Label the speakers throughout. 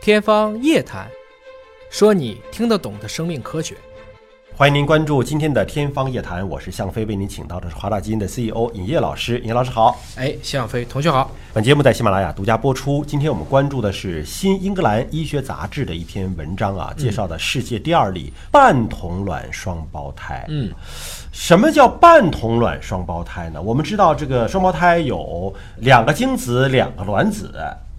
Speaker 1: 天方夜谭，说你听得懂的生命科学。
Speaker 2: 欢迎您关注今天的《天方夜谭》，我是向飞，为您请到的是华大基因的 CEO 尹烨老师。尹老师好，
Speaker 1: 哎，向飞同学好。
Speaker 2: 本节目在喜马拉雅独家播出。今天我们关注的是《新英格兰医学杂志》的一篇文章啊，介绍的世界第二例半同卵双胞胎。
Speaker 1: 嗯，
Speaker 2: 什么叫半同卵双胞胎呢？我们知道这个双胞胎有两个精子、两个卵子，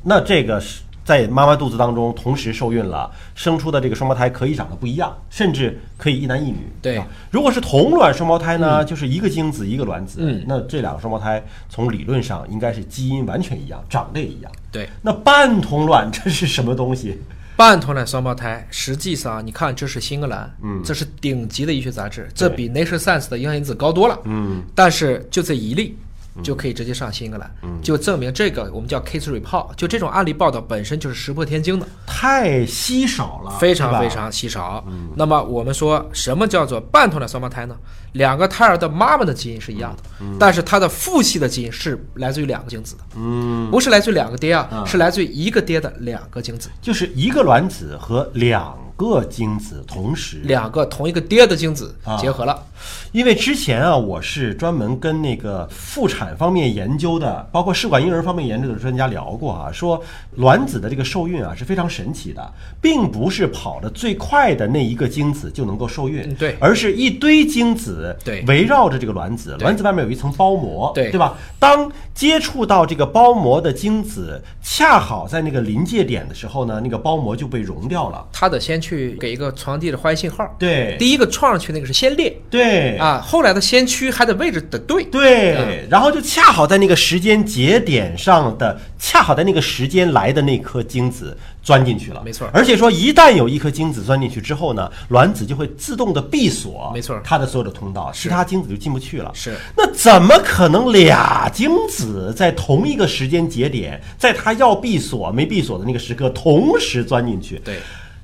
Speaker 2: 那这个是。在妈妈肚子当中同时受孕了，生出的这个双胞胎可以长得不一样，甚至可以一男一女。
Speaker 1: 对
Speaker 2: 啊如果是同卵双胞胎呢，就是一个精子一个卵子，
Speaker 1: 嗯
Speaker 2: 那这两个双胞胎从理论上应该是基因完全一样，长得也一样。
Speaker 1: 对，
Speaker 2: 那半同卵这是什么东西？
Speaker 1: 半同卵双胞胎，实际上你看，这是新英格兰，嗯，这是顶级的医学杂志，这比 Nature Science 的影响因子高多了，
Speaker 2: 嗯，
Speaker 1: 但是就这一例。就可以直接上新英格兰，就证明这个我们叫 case report，就这种案例报道本身就是石破天惊的，
Speaker 2: 太稀少了，
Speaker 1: 非
Speaker 2: 是
Speaker 1: 常
Speaker 2: 吧
Speaker 1: 非。常稀少。那么我们说什么叫做半同卵双胞胎呢？两个胎儿的妈妈的基因是一样的，但是它的父系的基因是来自于两个精子的，
Speaker 2: 嗯，
Speaker 1: 不是来自于两个爹啊，是来自于一个爹的两个精子，
Speaker 2: 就是一个卵子和两个精子同时
Speaker 1: 两个同一个爹的精子
Speaker 2: 啊
Speaker 1: 结合了。
Speaker 2: 因为之前啊，我是专门跟那个妇产方面研究的，包括试管婴儿方面研究的专家聊过啊，说卵子的这个受孕啊是非常神奇的，并不是跑得最快的那一个精子就能够受孕，
Speaker 1: 嗯对
Speaker 2: 而是一堆精子
Speaker 1: 对
Speaker 2: 围绕着这个卵子，卵子外面有一层包膜，
Speaker 1: 对
Speaker 2: 对吧？当接触到这个包膜的精子恰好在那个临界点的时候呢，那个包膜就被溶掉了，
Speaker 1: 他得先去给一个传递的化学信号，
Speaker 2: 对
Speaker 1: 第一个撞上去那个是先裂
Speaker 2: 对
Speaker 1: 啊，后来的先驱还得位置得对，
Speaker 2: 对，然后就恰好在那个时间节点上的，恰好在那个时间来的那颗精子钻进去了，
Speaker 1: 没错
Speaker 2: 而且说，一旦有一颗精子钻进去之后呢，卵子就会自动的闭锁，
Speaker 1: 没错
Speaker 2: 它的所有的通道，其他精子就进不去了。
Speaker 1: 是
Speaker 2: 那怎么可能俩精子在同一个时间节点，在它要闭锁没闭锁的那个时刻同时钻进去？
Speaker 1: 对。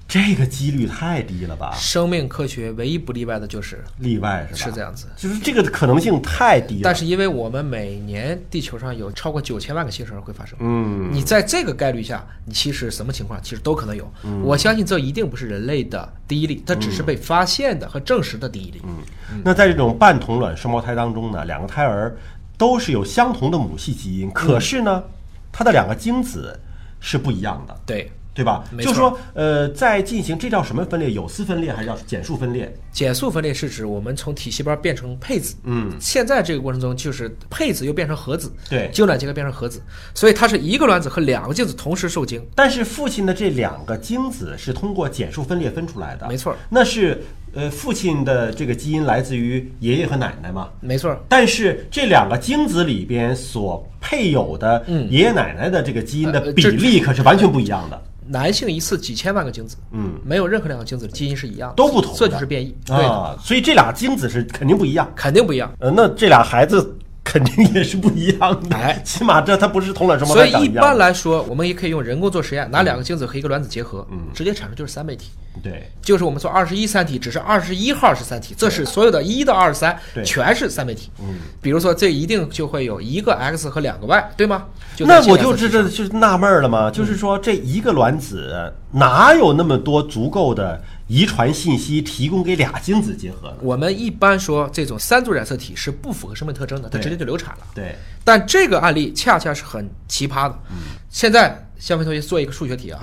Speaker 2: 这个几率太低了吧？
Speaker 1: 生命科学唯一不例外的就是
Speaker 2: 例外是吧？
Speaker 1: 是这样子。
Speaker 2: 就是这个可能性太低了。
Speaker 1: 但是因为我们每年地球上有超过九千万个新生儿会发生，
Speaker 2: 嗯，
Speaker 1: 你在这个概率下，你其实什么情况其实都可能有。
Speaker 2: 嗯
Speaker 1: 我相信这一定不是人类的第一例，它只是被发现的和证实的第一例。
Speaker 2: 嗯那在这种半同卵双胞胎当中呢，两个胎儿都是有相同的母系基
Speaker 1: 嗯
Speaker 2: 因，可是呢，它的两个精子是不一样的，
Speaker 1: 对，
Speaker 2: 对吧？
Speaker 1: 没错
Speaker 2: 就说呃，在进行这叫什么分裂？有丝分裂还是叫减数分裂？
Speaker 1: 减数分裂是指我们从体细胞变成配子，
Speaker 2: 嗯，
Speaker 1: 现在这个过程中就是配子又变成核子，
Speaker 2: 对
Speaker 1: 精卵结合变成核子，所以它是一个卵子和两个精子同时受精，
Speaker 2: 但是父亲的这两个精子是通过减数分裂分出来的，
Speaker 1: 没错。
Speaker 2: 那是呃，父亲的这个基因来自于爷爷和奶奶嘛，
Speaker 1: 没错儿，
Speaker 2: 但是这两个精子里边所配有的爷爷奶奶的这个基因的
Speaker 1: 嗯呃
Speaker 2: 比
Speaker 1: 这
Speaker 2: 例可是完全不一样的。
Speaker 1: 男性一次几千万个精子，
Speaker 2: 嗯，
Speaker 1: 没有任何两个精子基因是一样的，
Speaker 2: 都不同的
Speaker 1: 这就是变异，对的，
Speaker 2: 啊，所以这俩精子是肯定不一样。
Speaker 1: 肯定不一样。
Speaker 2: 呃，那这俩孩子肯定也是不一样的，
Speaker 1: 哎
Speaker 2: 起码这他不是同卵双胞
Speaker 1: 所
Speaker 2: 胎
Speaker 1: 以
Speaker 2: 长
Speaker 1: 一
Speaker 2: 一样嗯
Speaker 1: 般
Speaker 2: 的。
Speaker 1: 来说，我们也可以用人工做实验，拿两个精子和一个卵子结合，
Speaker 2: 嗯
Speaker 1: 直接产生就是三倍体。
Speaker 2: 对，
Speaker 1: 就是我们说二十一三体，只是二十一号是三体，这是所有的一到二十三
Speaker 2: 对
Speaker 1: 全是三倍体。嗯，比如说这一定就会有一个 X 和两个 Y，对吗？在
Speaker 2: 那我
Speaker 1: 这两
Speaker 2: 就
Speaker 1: 个
Speaker 2: 这
Speaker 1: 体上
Speaker 2: 这就是纳闷儿了嘛，就是说这一个卵子哪有那么多足够的遗传信息提供给俩精子结合呢？
Speaker 1: 我们一般说这种三组染色体是不符合生命特征的，它
Speaker 2: 对
Speaker 1: 直接就流产了。
Speaker 2: 对，
Speaker 1: 但这个案例恰恰是很奇葩的。
Speaker 2: 嗯
Speaker 1: 现在向飞同学做一个数学题啊，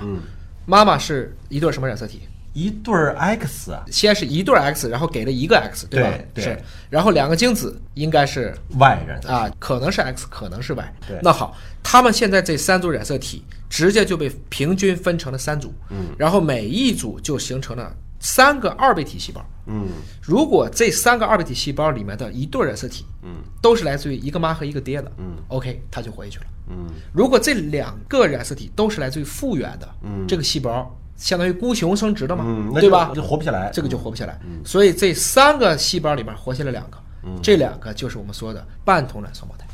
Speaker 1: 妈妈是一对什么染色体？
Speaker 2: 一对儿 X 啊
Speaker 1: 先是一对 X，然后给了一个 X，吧？
Speaker 2: 对对
Speaker 1: 是，然后两个精子应该是
Speaker 2: ，Y 人
Speaker 1: 啊，可能是 X，可能是 Y。
Speaker 2: 对
Speaker 1: 那好，他们现在这三组染色体直接就被平均分成了三组，嗯，然后每一组就形成了三个二倍体细胞。
Speaker 2: 嗯，
Speaker 1: 如果这三个二倍体细胞里面的一对染色体，嗯，都是来自于一个妈和一个爹的，嗯，OK，它就活下去了。
Speaker 2: 嗯，
Speaker 1: 如果这两个染色体都是来自于复原的，嗯，这个细胞相当于孤雄生殖的嘛，
Speaker 2: 嗯，那就
Speaker 1: 对吧？
Speaker 2: 就活不下来。
Speaker 1: 这个就活不下来。所以这三个细胞里面活下来两个，这两个就是我们说的半同卵双胞胎，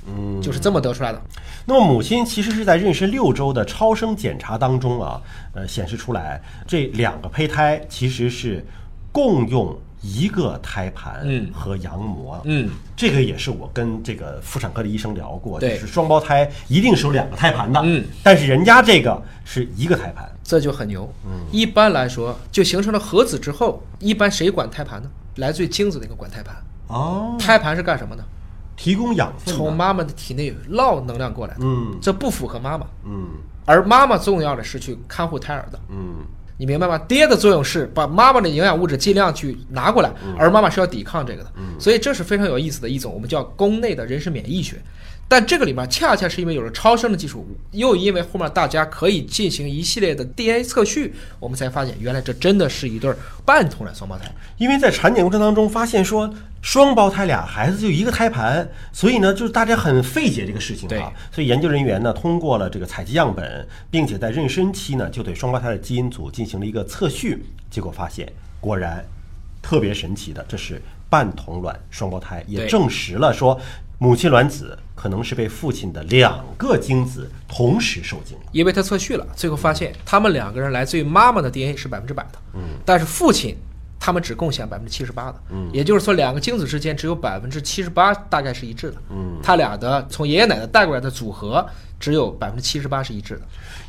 Speaker 1: 就是这么得出来的。
Speaker 2: 那么母亲其实是在妊娠六周的超声检查当中啊，呃，显示出来这两个胚胎其实是共用一个胎盘
Speaker 1: 嗯
Speaker 2: 和羊膜。
Speaker 1: 嗯，
Speaker 2: 这个也是我跟这个妇产科的医生聊过，就
Speaker 1: 对
Speaker 2: 是双胞胎一定是有两个胎盘的，
Speaker 1: 嗯，
Speaker 2: 但是人家这个是一个胎盘，
Speaker 1: 这就很牛。一般来说，就形成了核子之后，一般谁管胎盘呢？来自于精子那个管胎盘。
Speaker 2: 哦，
Speaker 1: 胎盘是干什么呢？
Speaker 2: 提供养分的，
Speaker 1: 从妈妈的体内捞能量过来的。
Speaker 2: 嗯
Speaker 1: 这不符合妈妈，
Speaker 2: 嗯
Speaker 1: 而妈妈重要的是去看护胎儿的。
Speaker 2: 嗯
Speaker 1: 你明白吗？爹的作用是把妈妈的营养物质尽量去拿过来，而妈妈是要抵抗这个的，所以这是非常有意思的一种我们叫宫内的人身免疫学。但这个里面恰恰是因为有了超声的技术，又因为后面大家可以进行一系列的 DNA 测序，我们才发现原来这真的是一对儿半同卵双胞胎。
Speaker 2: 因为在产检过程当中发现说双胞胎俩孩子就一个胎盘，所以呢，就是大家很费解这个事情
Speaker 1: 对
Speaker 2: 啊。所以研究人员呢通过了这个采集样本，并且在妊娠期呢就对双胞胎的基因组进行了一个测序，结果发现果然特别神奇的，这是半同卵双胞胎，也
Speaker 1: 对
Speaker 2: 证实了说母亲卵子可能是被父亲的两个精子同时受精了。
Speaker 1: 因为他测序了，最后发现他们两个人来自于妈妈的 DNA 是百分之百的，但是父亲他们只贡献百分之七十八的，也就是说两个精子之间只有百分之七十八大概是一致的，他俩的从爷爷奶奶带过来的组合只有百分之七十八是一致的，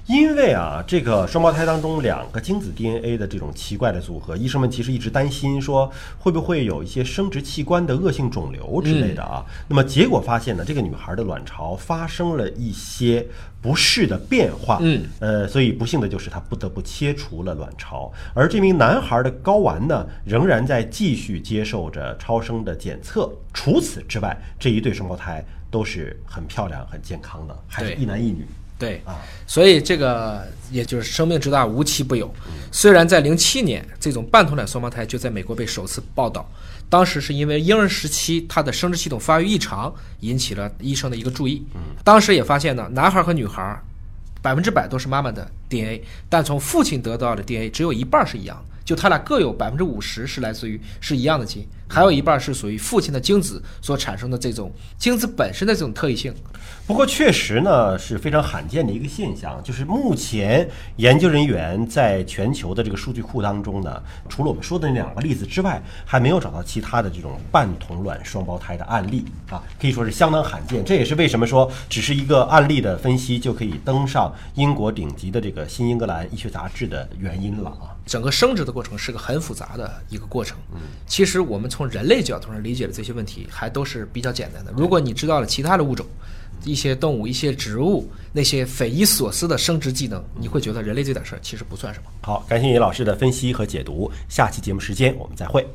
Speaker 2: 因为啊，这个双胞胎当中两个精子 DNA 的这种奇怪的组合，医生们其实一直担心说会不会有一些生殖器官的恶性肿瘤之类的啊。
Speaker 1: 嗯
Speaker 2: 那么结果发现呢，这个女孩的卵巢发生了一些不适的变化，
Speaker 1: 嗯，
Speaker 2: 呃，所以不幸的就是她不得不切除了卵巢。而这名男孩的睾丸呢，仍然在继续接受着超声的检测。除此之外，这一对双胞胎都是很漂亮、很健康的，还是
Speaker 1: 对
Speaker 2: 一男一女。
Speaker 1: 对
Speaker 2: 啊，
Speaker 1: 所以这个也就是生命之大无奇不有。虽然在零七年，这种半同卵双胞胎就在美国被首次报道，当时是因为婴儿时期他的生殖系统发育异常，引起了医生的一个注意。当时也发现呢，男孩和女孩百分之百都是妈妈的 DNA，但从父亲得到的 DNA 只有一半是一样的，就他俩各有百分之五十是来自于是一样的基因，还有一半是属于父亲的精子所产生的这种精子本身的这种特异性。
Speaker 2: 不过确实呢是非常罕见的一个现象，就是目前研究人员在全球的这个数据库当中呢，除了我们说的那两个例子之外，还没有找到其他的这种半同卵双胞胎的案例啊，可以说是相当罕见。这也是为什么说只是一个案例的分析就可以登上英国顶级的这个《新英格兰医学杂志》的原因了啊。
Speaker 1: 整个生殖的过程是个很复杂的一个过程。其实我们从人类角度上理解的这些问题，还都是比较简单的。如果你知道了其他的物种、一些动物、一些植物那些匪夷所思的生殖技能，你会觉得人类这点事儿其实不算什么。
Speaker 2: 好，感谢尹老师的分析和解读，下期节目时间我们再会。